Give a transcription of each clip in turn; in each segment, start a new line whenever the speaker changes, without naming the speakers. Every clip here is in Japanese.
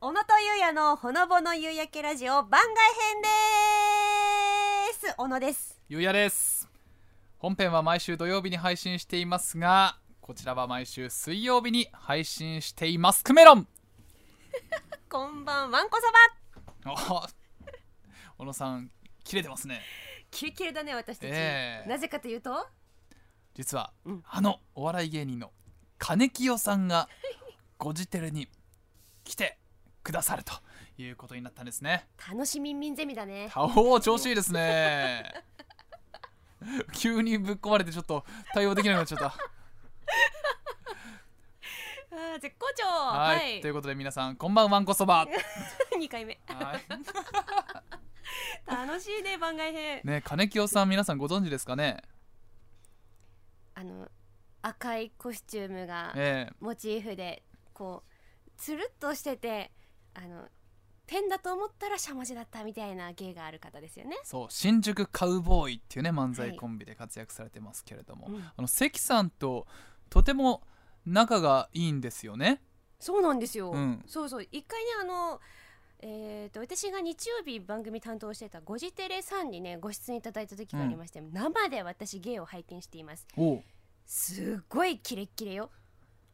小野とゆうやのほのぼの夕焼けラジオ番外編です小野です
ゆうやです本編は毎週土曜日に配信していますがこちらは毎週水曜日に配信していますクメロン
こんばんわんこそば
おー小野さん切れてますね
キレキレだね私たち、
ええ
なぜかというと
実は、
うん
あのお笑い芸人の金清さんがゴジテレに来てくださるということになったんですね
楽しみんみんゼミだね
おお調子いいで すね急にぶっ込まれてちょっと対応できなくなっちゃった
あー絶好調
はい、ということで皆さんこんばんわんこ そば
2回目
はい
楽しいね番外編
ね金清さん皆さんご存知ですかね
あの赤いコスチュームが
ええ
モチーフでこうつるっとしててあのペンだと思ったらしゃもじだったみたいな芸がある方ですよね
そう新宿カウボーイっていうね漫才コンビで活躍されてますけれども、
うん
あの関さんととても仲がいいんですよね
そうなんですよ、
うん
そうそう一回ねあのえー、と私が日曜日番組担当してた「ゴジテレさん」にねご出演いただいた時がありまして、生で私芸を拝見しています
おう
すっごいキレッキレよ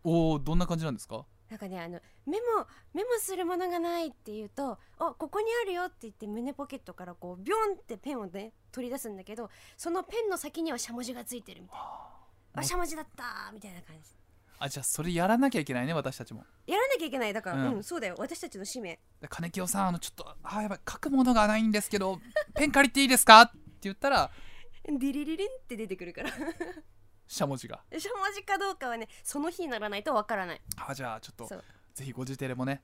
おうどんな感じなんですか
なんかねあのメモメモするものがないって言うと「あここにあるよ」って言って胸ポケットからこうビョンってペンをね取り出すんだけどそのペンの先にはしゃもじがついてるみたいな「あしゃもじだった」みたいな感じ
あじゃあそれやらなきゃいけないね私たちも
やらなきゃいけないだから、
うん
うん、そうだよ私たちの使命
金清さんあのちょっとあーやばい書くものがないんです けどペン借りていいですかって言ったら
ディリリリンって出てくるから
しゃもじが
しゃもじかどうかはねその日にならないとわからない
あじゃあちょっと
そう
ぜひご自テレもね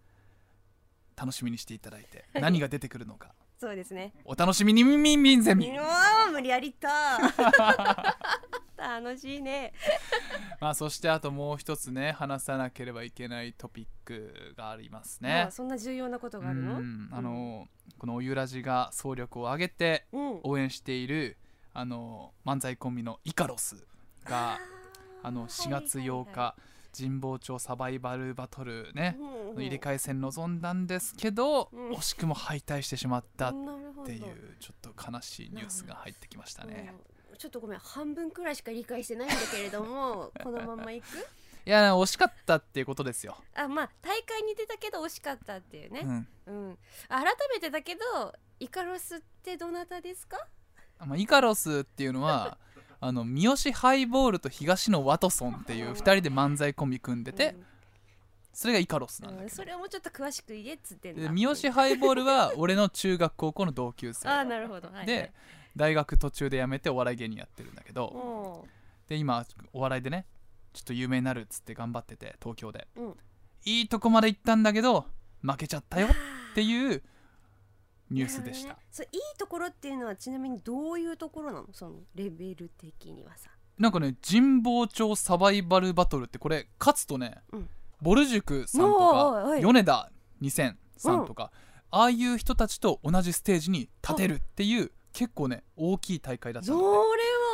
楽しみにしていただいて何が出てくるのか
そうですね
お楽しみにみんみんみんゼ
う
ミ
わー無理やりた 楽しいね
まあそしてあともう一つね話さなければいけないトピックがあります
ま
ね
あ。そんな重要なことがあるの
うんあのこの「おゆらじ」が総力を挙げて
うん
応援しているあの漫才コンビのイカロス があの4月8日神保町サバイバルバトルねの入れ替え戦臨んだんですけど
うん
惜しくも敗退してしまったっ
って
いうちょっと悲しいニュースが入ってきましたね。
ちょっとごめん半分くらいしか理解してないんだけれど もこのままいく
いや惜しかったっていうことですよ。
あまあ大会に出たけど惜しかったっていう
う
ね、
ん
うん改めてだけどイカロスってどなたですか
まあ、イカロスっていうのは あの三好ハイボールと東野ワトソンっていう2人で漫才コンビ組んでて、それがイカロスなん
う
だ
ん、
け
そ
ど、
れをもうちょっと詳しく言えっつってん
で
だ
三好ハイボールは俺の中学高校の同級生
ああなるほど、はいはい、
で大学途中で辞めてお笑い芸人やってるんだけど
お
で今お笑いでねちょっと有名になるっつって頑張ってて東京で、
うん
いいとこまで行ったんだけど負けちゃったよっていうニュースでした、
そういいところっていうのはちなみにどういうところなのそのレベル的にはさ
なんかね神保町サバイバルバトルってこれ勝つとね、
うん
ボル塾さん
おい
と
おい
か
おい
米田2000さんとか、ああいう人たちと同じステージに立てるっていう結構ね大きい大会だった
そ
ん
れ
だ
は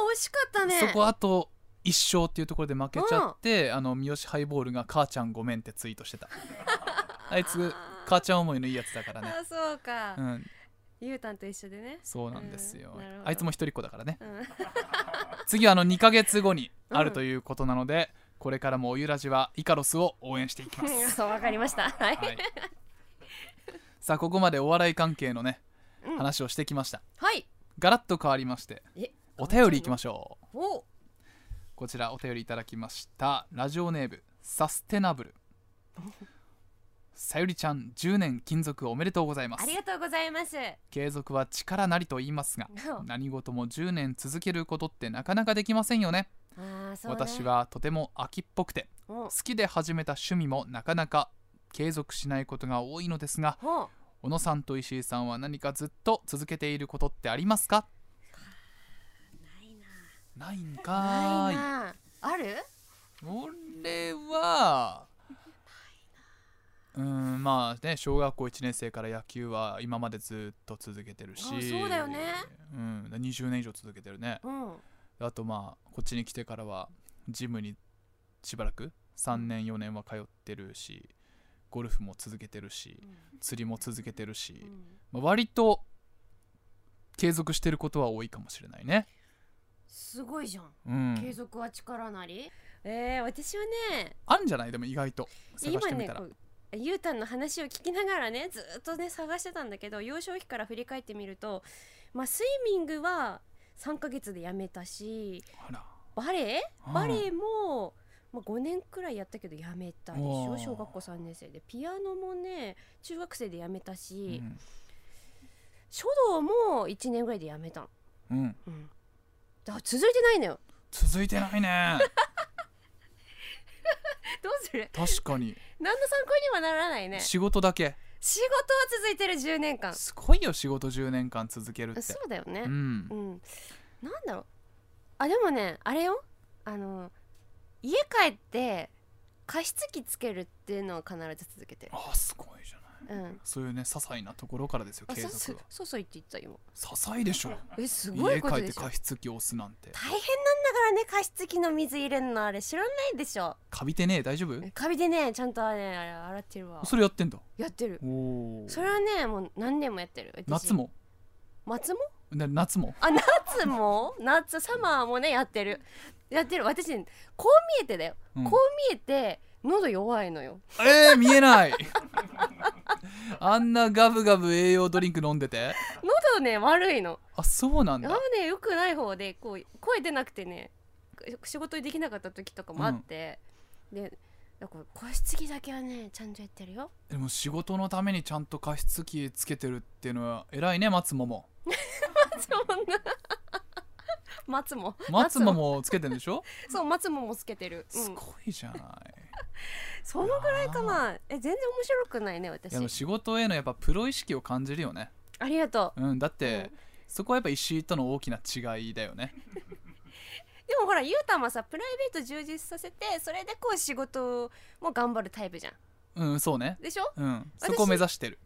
っ
惜しかった
て
ね
そこあと1勝っていうところで負けちゃって、あの三好ハイボールが「母ちゃんごめん」ってツイー トしてたあいつ母ちゃん思いのいいやつだからね、
あそうか、
うん、
ゆうたんと一緒でね
そうなんですよ、
うんなるほど
あいつも一人っ子だからね
うん
次はあの2ヶ月後にあ
う
る
ん
ということなので、これからもおゆらじはイカロスを応援していきます、
そうわかりましたはい、
はい、さあここまでお笑い関係のね
うん
話をしてきました
はい、
ガラッと変わりまして
え
お便りいきましょう
おう
こちらお便りいただきましたラジオネームサステナブルさゆりちゃん10年勤続おめでとうございま
あ
す
りがとうございます
継続は力なりと言いますが
あ
何事も10年続けることってなかなかできませんよね
ーそうね
私はとても秋っぽくて
お
好きで始めた趣味もなかなか継続しないことが多いのですが
お
小野さんと石井さんは何かずっと続けていることってありますか
ないな
ないんか
な
ー
い
い
なある
俺はうーんまあね小学校1年生から野球は今までずっと続けてるし
あそうだよね、
うん、20年以上続けてるね
うん
あとまあこっちに来てからはジムにしばらく3年4年は通ってるしゴルフも続けてるし
うん
釣りも続けてるし、
うん
まあ、割と継続してることは多いかもしれないね。
すごいじゃん
うん、
継続は力なり、えー、私はね
あるんじゃないでも意外と探し
今
てみ
ね
たら、
こうゆうたんの話を聞きながらねずーっとね探してたんだけど幼少期から振り返ってみると、まあ、スイミングは3ヶ月でやめたし
あら
バレエ
うん
バレエも、まあ、5年くらいやったけどやめたでしょ
おー
小学校3年生でピアノもね中学生でやめたし、
うん
書道も1年ぐらいでやめたの、
うん、
うん、だから続いてないのよ
続いてないね
どうする
確かに
何の参考にはならないね
仕事だけ
仕事は続いてる10年間
すごいよ仕事10年間続けるって
そうだよ
う
ね
ん
う、ん、なんだろうあでもねあれよあの家帰って加湿器つけるっていうのは必ず続けてる
あすごいじゃない
うん
そういうね些細なところからですよ
あ
継
そう
続
そう
は
そうそう言って言った今
些細でしょ
えすご
家
いこと
帰っ
で
て
しょ大
加湿器押すなんて
変なんだからね加湿器の水入れるのあれ知らないでしょ
カビてねえ大丈夫
カビでねちゃんとねあれ洗ってるわ
それやってんだ
やってる
おお
それはねもう何年もやってる私
夏も
夏も
な夏も
あ夏も夏サマーもねやってるやってる私ねこう見えてだよ、
うん
こう見えて喉弱いのよ
えー、見えない あんなガブガブ栄養ドリンク飲んでて
喉ね悪いの
あそうな
あ
ん
ん
だ
まね良くない方でこう声出なくてね仕事できなかった時とかもあって、でだから個室着だけはねちゃんとやってる よ
でも仕事のためにちゃんと加湿器つけてるっていうのは偉いね松もも
そんな 松も
松ももつけてるんでしょ
そう松ももつけてる、うん
すごいじゃない、
そのぐらいかなえ全然面白くないね
い
私
やでも仕事へのやっぱプロ意識を感じるよね
ありがとう
うんだって、
う
そこはやっぱ石井との大きな違いだよね
でもほらゆうたんはさプライベート充実させてそれでこう仕事も頑張るタイプじゃん
うんそうね
でしょ
うん
私
そこを目指してる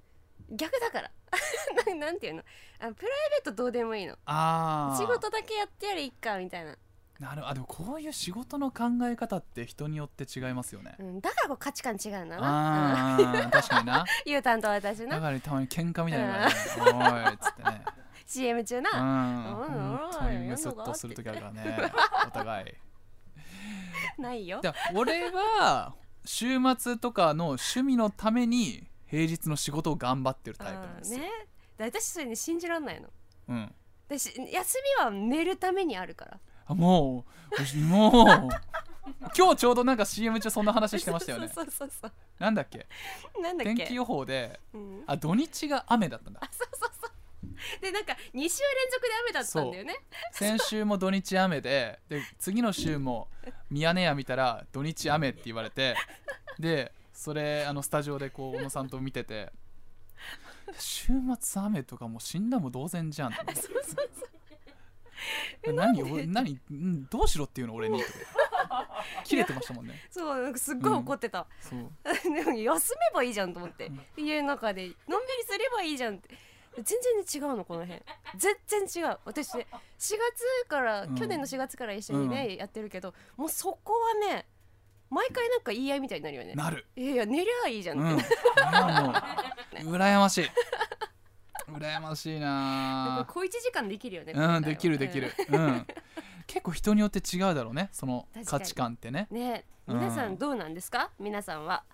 逆だから ななんていうのあのプライベートどうでもいいの
ああ
仕事だけやってやりいっかみたいな、
なるあでもこういう仕事の考え方って人によって違いますよね
うん、だからこう価値観違うんだな、
あー確かにな
うん、ゆうたんと私
だ
な
からたまに喧嘩みたいなのがねおいっつってね
CM 中
う
な、
ん
うん
本当にムスッとする時あるからねお互い
ないよ
だから俺は週末とかの趣味のために平日の仕事を頑張ってるタイプなんです
あー
よ、
ねだ私それね信じらんないの
うん、
でし休みは寝るためにあるから
あもうも う今日ちょうどなんか CM 中そんな話してましたよね
そうそうそう
なんだっけ
そうなんだっけ
天気予報で
うん、
あ土日が雨だったんだ
そうそうそうでなんか2週連続で雨だったんだよね
先週も土日雨でで次の週もミヤネ屋見たら土日雨って言われてでそれあのスタジオでこう小野さんと見てて週末雨とかもう死んだも同然じゃん と思って何俺何うんどうしろっていうの俺にとか切れてましたもんね
そうなんかすっごい怒ってた、
そう
でも休めばいいじゃんと思って家の中でのんびりすればいいじゃんって全然ね違うのこの辺全然違う私4月から、
うん
去年の4月から一緒にね、やってるけどもうそこはね毎回なんか言い合いみたいになるよね
なる
いやいや寝りゃいいじゃん
う
って、
ん
なん
いやもう羨ましい羨ましいな
か小1時間できるよね
うんできるで きる、うん、結構人によって違うだろうねその
確かに
価値観ってね
ね
うん
皆さんどうなんですか、皆さんは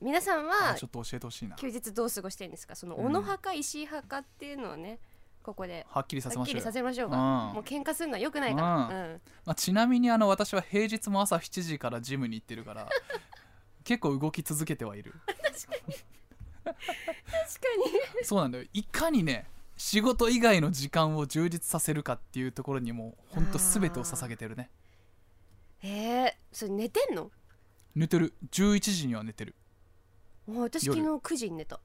皆さんは
あちょっと教えてほしいな
休日どう過ごしてるんですかその小野派か石井派かっていうのをねここで
はっきりさせ
はっ
まし
き
ょ
り
うよ
させましょう
う
か
ん
もう喧嘩するのは良くないから、うん
まあ、ちなみにあの私は平日も朝7時からジムに行ってるから 結構動き続けてはいる
確か
そうなんだよいかにね仕事以外の時間を充実させるかっていうところにもうほんと全てを捧げてるね
にえー、それ寝てんの
寝てる11時には寝てる
もう私昨
夜
日9時に寝た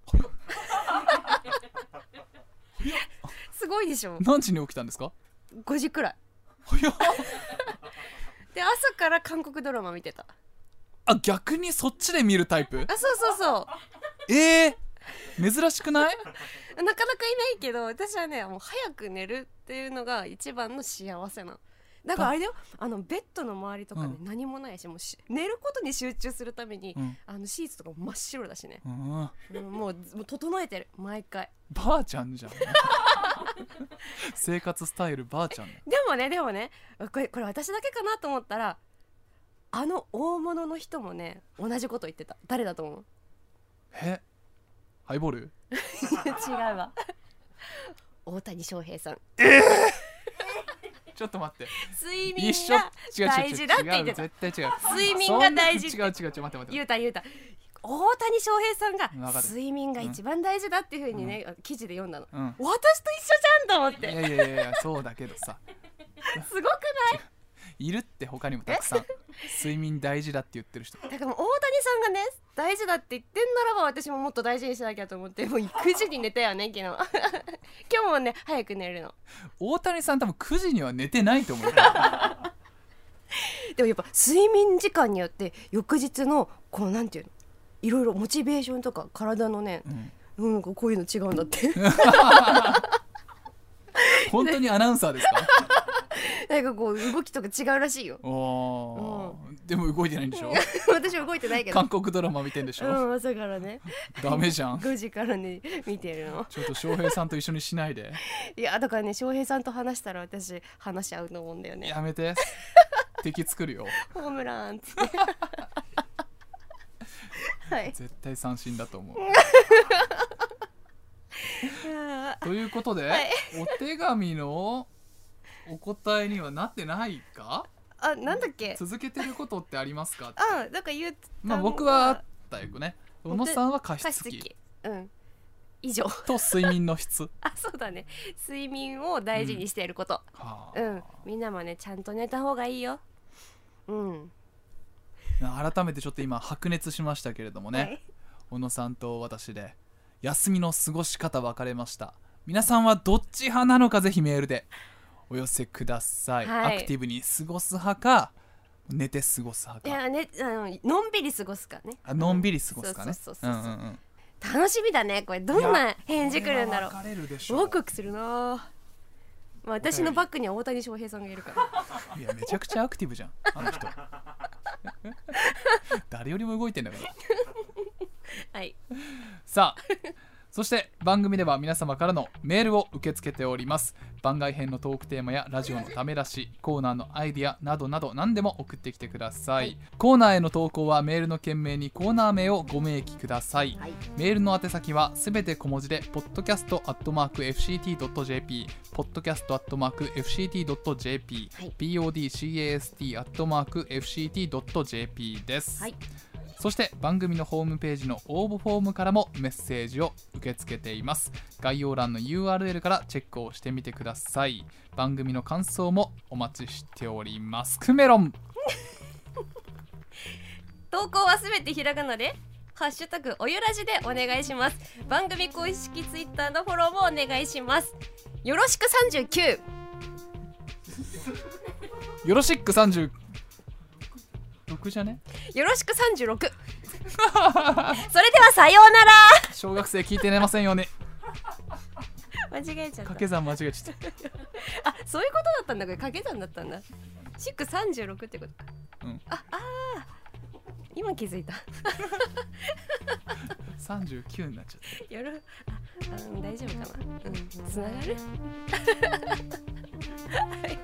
すごいでしょ
何時に起きたんですか
5時くらい
早っ
で朝から韓国ドラマ見てた
あ逆にそっちで見るタイプ
あそうそうそう
えー、珍しくな
な
い
かなかいないけど私はねもう早く寝るっていうのが一番の幸せなのだからあれだよあのベッドの周りとかね、
う
何もないしもうし寝ることに集中するために、
うん
あのシーツとかも真っ白だしね、
うん
うんもうもう整えてる毎回
ばあちゃん じゃん生活スタイルばあちゃんだよ
でもねでもねこれこれ私だけかなと思ったらあの大物の人もね同じこと言ってた誰だと思う
えハイボール
違うわ大谷翔平さん
ちょっと待って
睡眠
一緒違
が
う違う
大
違
事
う
だって言
違
っ
う
てた
絶対違う
睡眠が大事って
そんな違う違う違う待って待って待
言
っ
うた言うた大谷翔平さん
わ
が
かる
睡眠が一番大事だっていうふうにね、記事で読んだの
てうん
私と一緒じゃんと思っ
いや
て
いやいやいやそうだけどさ
すごくない
いるって他にもたくさん睡眠大事だって言ってる人
だからもう大谷さんがね大事だって言ってんならば私ももっと大事にしなきゃと思ってもう9時に寝たよね昨日 今日もね早く寝るの
大谷さん多分9時には寝てないと 思うよ
でもやっぱ睡眠時間によって翌日のこうなんていうのいろいろモチベーションとか体のね、
ん
うん、なんかこういうの違うんだって
本当にアナウンサーですか
なんかこう動きとか違うらしいよ
おーでも動いてないんでしょ
私動いてないけど
韓国ドラマ見てんでし
う
ょ
ん朝からね
ダメじゃん
5時からね見てるの
ちょっと翔平さんと一緒にしないで
いやだからね翔平さんと話したら私話し合うと思うんだよね
やめて 敵作るよ
ホームランっつって はい
絶対三振だ と思う
あ
ということで、
はい
お手紙のお答えにはなってないか
あなんだっけ
続けてることってありますか
あなんか言う
まあ僕はあったよね小野さんは加
加
湿
湿
器
器うん以上
と睡眠の質、
あそうだね睡眠を大事にしていること
は
う
あ
ん、みんなもねちゃんと寝た方がいいようん
改めてちょっと今白熱しましたけれどもね、
はい
小野さんと私で休みの過ごし方分かれました皆さんはどっち派なのかぜひメールでお寄せください、
はい
アクティブに過ごす派か寝て過ごす派
い
か
やねあののんびり過ごすかね
あのんびり過ごすかね
そうそうそうそうそう
うんうんうん
楽しみだねこれどんな返事くるんだろう
これは分かれるでしょ
ワクワクするなあまあ、私のバッグには大谷翔平さんがいる から
いやめちゃくちゃアクティブじゃんあ の人誰よりも動いてんだから
はい
さあそして番組では皆様からのメールを受け付けております番外編のトークテーマやラジオのためらしコーナーのアイディアなどなど何でも送ってきてください、コーナーへの投稿はメールの件名にコーナー名をご明記ください、
はい
メールの宛先はすべて小文字で podcast.fct.jp podcast.fct.jp、
はい podcast.fct.jp です、はい
そして番組のホームページの応募フォームからもメッセージを受け付けています概要欄の URL からチェックをしてみてください番組の感想もお待ちしておりますクメロン
投稿はすべてひらがなでハッシュタグおゆらじでお願いします番組公式ツイッターのフォローもお願いしますよろしく39
よろしく36じゃね
よろしく36それで はさような
小学生聞いて寝ませんよね
ら間違えちゃった
掛け算間違えちゃっ
あそういうことだったんだこれ掛け算だったんだシック36ってことか
うん
ああー今気づいた
た39になっちゃっ
よろああの大 丈夫かなうんつながるはい